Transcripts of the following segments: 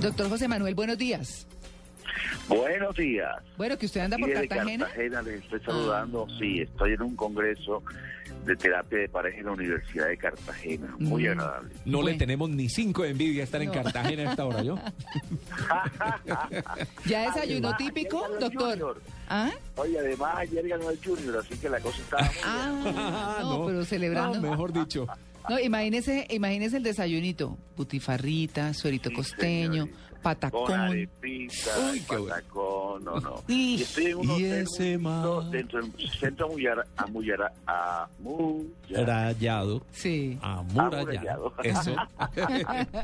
Doctor José Manuel, buenos días. Buenos días. Bueno, que usted anda Y por desde Cartagena. Ah. Cartagena les estoy saludando. Sí, estoy en un congreso de terapia de pareja en la Universidad de Cartagena. Muy Mm. agradable. No Bueno. le tenemos ni cinco de envidia estar en No. Cartagena a esta hora, ¿yo? ¿Ya desayunó Además, típico, ayer ganó el doctor? Junior. ¿Ah? Oye, además ayer ganó el Junior, así que la cosa estaba... muy bien. Ah, no, No. pero celebrando. No, mejor dicho. No, imagínese, imagínese el desayunito. Butifarrita, suerito Sí, costeño, señorita. Con patacón. arepita, Uy, qué bueno. patacón, no, no. Y- Y estoy en un y hotel ese muy lindo mar. dentro del centro amullara, amullara, amullara, Rayado, Sí. Amurallado. amurallado. Eso.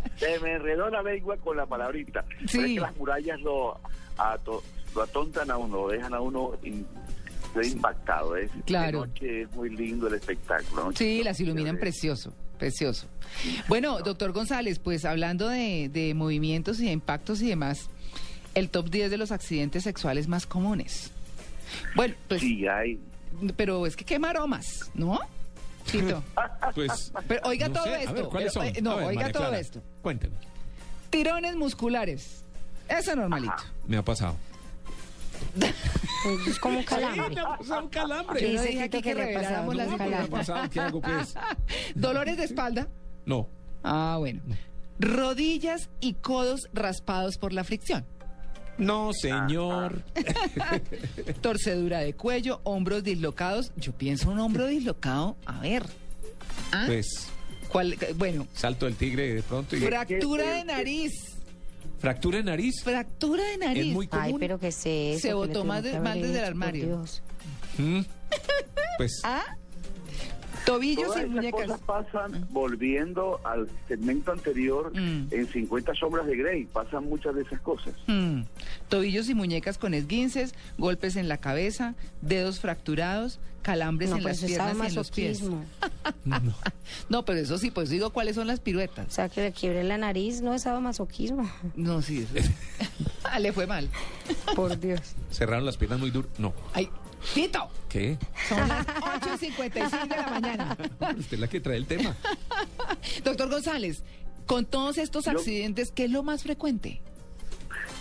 Se me enredó la lengua con la palabrita. Sí. Pero es que las murallas lo, ato- lo atontan a uno, lo dejan a uno in- estoy impactado. Es, Claro. de noche es muy lindo el espectáculo. ¿no, Sí, chicos? las iluminan Señores. precioso, precioso. Bueno, doctor González, pues hablando de, de movimientos y de impactos y demás, el top 10 de los accidentes sexuales más comunes. Bueno, pues, Sí, hay. pero es que qué maromas, ¿no? Tito. Pues, Pero oiga no todo sé, a esto. ver, ¿cuáles Pero, son? eh, no, A ver, oiga María todo Clara, esto. Cuéntenos. Tirones musculares. Eso normalito. ah, Me ha pasado. Es como un calambre. Me ha pasado un calambre. Yo no Dice dije aquí Tito que que le ha reveláramos pasado las No, un pero me ha palabras. pasado. ¿Qué hago, pues? Dolores de espalda. No. Ah, bueno. Rodillas y codos raspados por la fricción. No, señor. Ah, Torcedura de cuello, hombros dislocados. Yo pienso un hombro dislocado. A ver. ¿Ah? Pues, ¿Cuál? Bueno, salto del tigre de pronto. Y... fractura de nariz. Fractura de nariz. Fractura de nariz. Es muy Ay, común. pero que se Se botó más de- más desde el armario. Mm. Pues, ¿Ah? Tobillos Todas y esas muñecas. cosas pasan volviendo al segmento anterior Mm. en 50 sombras de Grey. Pasan muchas de esas cosas. Mm. Tobillos y muñecas con esguinces, golpes en la cabeza, dedos fracturados, calambres No, en pero las eso es piernas y en los pies. masoquismo. No, pero eso sí, pues digo cuáles son las O piruetas. sea, que le quiebre la nariz no es masoquismo. No, sí. Ah, le fue mal. Por Dios. cerraron las piernas muy duro. No. Ay, Tito, ¿Qué? son las 8.55 de la mañana. Pero usted es la que trae el tema. Doctor González, con todos estos Yo- accidentes, ¿qué es lo más frecuente?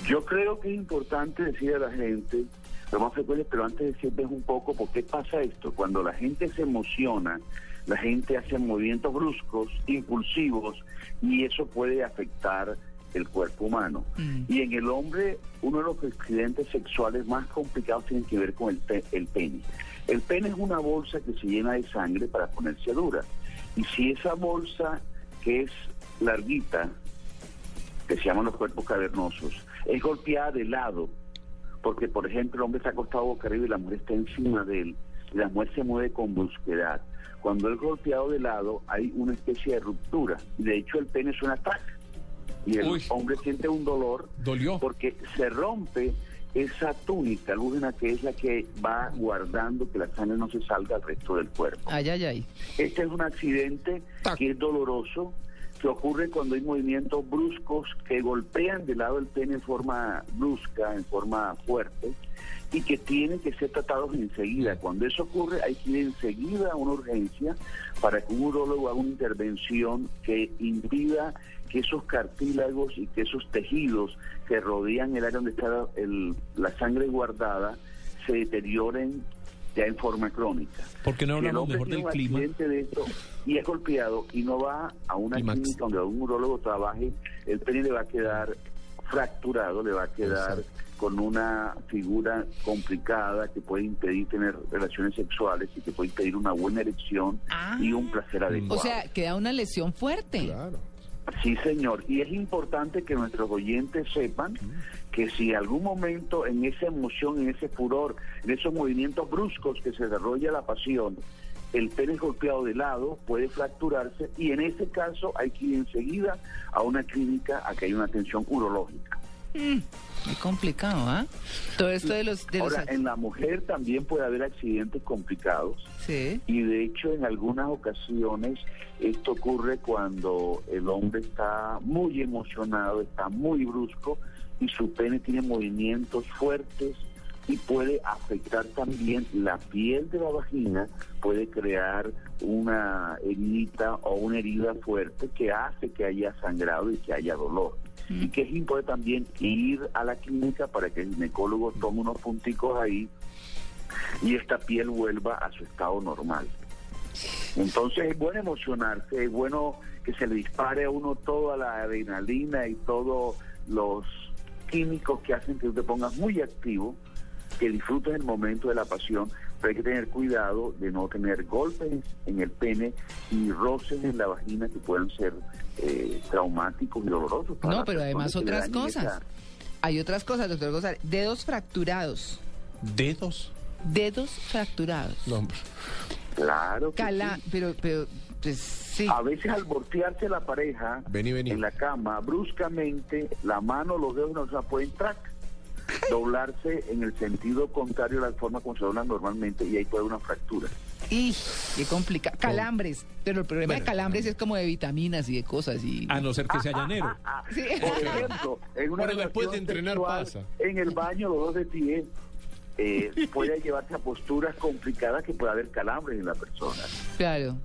Yo creo que es importante decir a la gente, lo más frecuente, pero antes de decirles un poco por qué pasa esto. Cuando la gente se emociona, la gente hace movimientos bruscos, impulsivos, y eso puede afectar el cuerpo humano. Mm. Y en el hombre, uno de los accidentes sexuales más complicados tiene que ver con el, pe- el pene. El pene es una bolsa que se llena de sangre para ponerse dura. Y si esa bolsa, que es larguita, que se llaman los cuerpos cavernosos, es golpeada de lado, porque por ejemplo el hombre está acostado boca arriba y la mujer está encima de él, y la mujer se mueve con brusquedad. Cuando es golpeado de lado hay una especie de ruptura, y de hecho el pene es un ataque, y el Uy. hombre siente un dolor Dolió. porque se rompe esa túnica lúgena que es la que va guardando que la sangre no se salga al resto del cuerpo. Ay, ay, ay. Este es un accidente Tac. que es doloroso, que ocurre cuando hay movimientos bruscos que golpean de lado el pene en forma brusca, en forma fuerte, y que tienen que ser tratados enseguida. Cuando eso ocurre, hay que ir enseguida a una urgencia para que un urólogo haga una intervención que impida que esos cartílagos y que esos tejidos que rodean el área donde está el- la sangre guardada se deterioren ya en forma crónica. ¿Por qué no Si el hablamos hombre mejor tiene del un clima? accidente de esto y es golpeado y no va a una Clímax. clínica donde un urólogo trabaje, el pene le va a quedar fracturado, le va a quedar con una figura complicada que puede impedir tener relaciones sexuales y que puede impedir una buena erección Ah. y un placer adecuado. O sea, queda una lesión fuerte. Sí, señor. Y es importante que nuestros oyentes sepan que si algún momento en esa emoción, en ese furor, en esos movimientos bruscos que se desarrolla la pasión, el pene golpeado de lado puede fracturarse y en ese caso hay que ir enseguida a una clínica a que hay una atención urológica. Muy complicado, ¿ah? Todo esto de los... De los Ahora, en la mujer también puede haber accidentes complicados Sí. y de hecho en algunas ocasiones esto ocurre cuando el hombre está muy emocionado, está muy brusco y su pene tiene movimientos fuertes y puede afectar también la piel de la vagina, puede crear una herida o una herida fuerte que hace que haya sangrado y que haya dolor. Y que es importante también ir a la clínica para que el ginecólogo tome unos punticos ahí y esta piel vuelva a su estado normal. Entonces es bueno emocionarse, es bueno que se le dispare a uno toda la adrenalina y todos los químicos que hacen que tú te pongas muy activo, que disfrutes el momento de la pasión, pero hay que tener cuidado de no tener golpes en el pene y roces en la vagina que puedan ser eh, traumáticos y dolorosos. para No, la pero persona además que le otras dañen cosas. esa- Hay otras cosas, doctor González. Dedos fracturados. Dedos. Dedos fracturados. No, hombre. Claro. que Cala, sí. pero, pero, pues sí. A veces al voltearse la pareja Vení, vení. en la cama, bruscamente la mano, los dedos no se la pueden track, doblarse en el sentido contrario a la forma como se doblan normalmente y ahí puede haber una fractura. Y, qué complicado. Calambres. Pero el problema de calambres es como de vitaminas y de cosas. Y... A no ser que sea llanero. Sí. Por ejemplo, en una Pero después relación de entrenar sexual, pasa. en el baño los dos de pie eh, puede llevarse a posturas complicadas que puede haber calambres en la persona. Claro.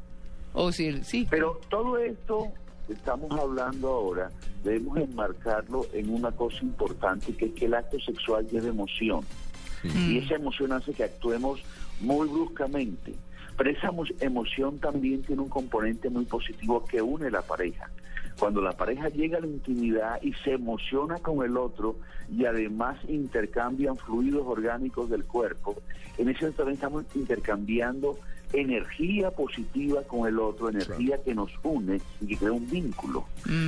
O sí, sí. Pero todo esto que estamos hablando ahora debemos enmarcarlo en una cosa importante que es que el acto sexual lleva emoción y esa emoción hace que actuemos muy bruscamente. Pero esa emo- emoción también tiene un componente muy positivo que une la pareja. Cuando la pareja llega a la intimidad y se emociona con el otro y además intercambian fluidos orgánicos del cuerpo, en ese momento también estamos intercambiando energía positiva con el otro, energía que nos une y que crea un vínculo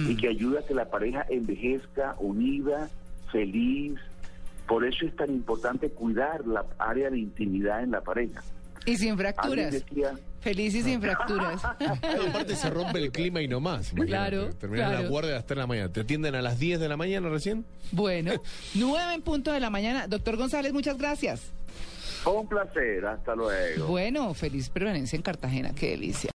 y que ayuda a que la pareja envejezca unida, feliz. Por eso es tan importante cuidar la área de intimidad en la pareja. Y sin Alguien fracturas. decía, Feliz y sin fracturas. No, aparte se rompe el clima y no más. imagínate. Claro, Terminan claro. la guardia a las 3 de la mañana. Te atienden a las 10 de la mañana recién. bueno, nueve en punto de la mañana. Doctor González, muchas gracias. con placer, hasta luego. Bueno, feliz permanencia en Cartagena. Qué delicia.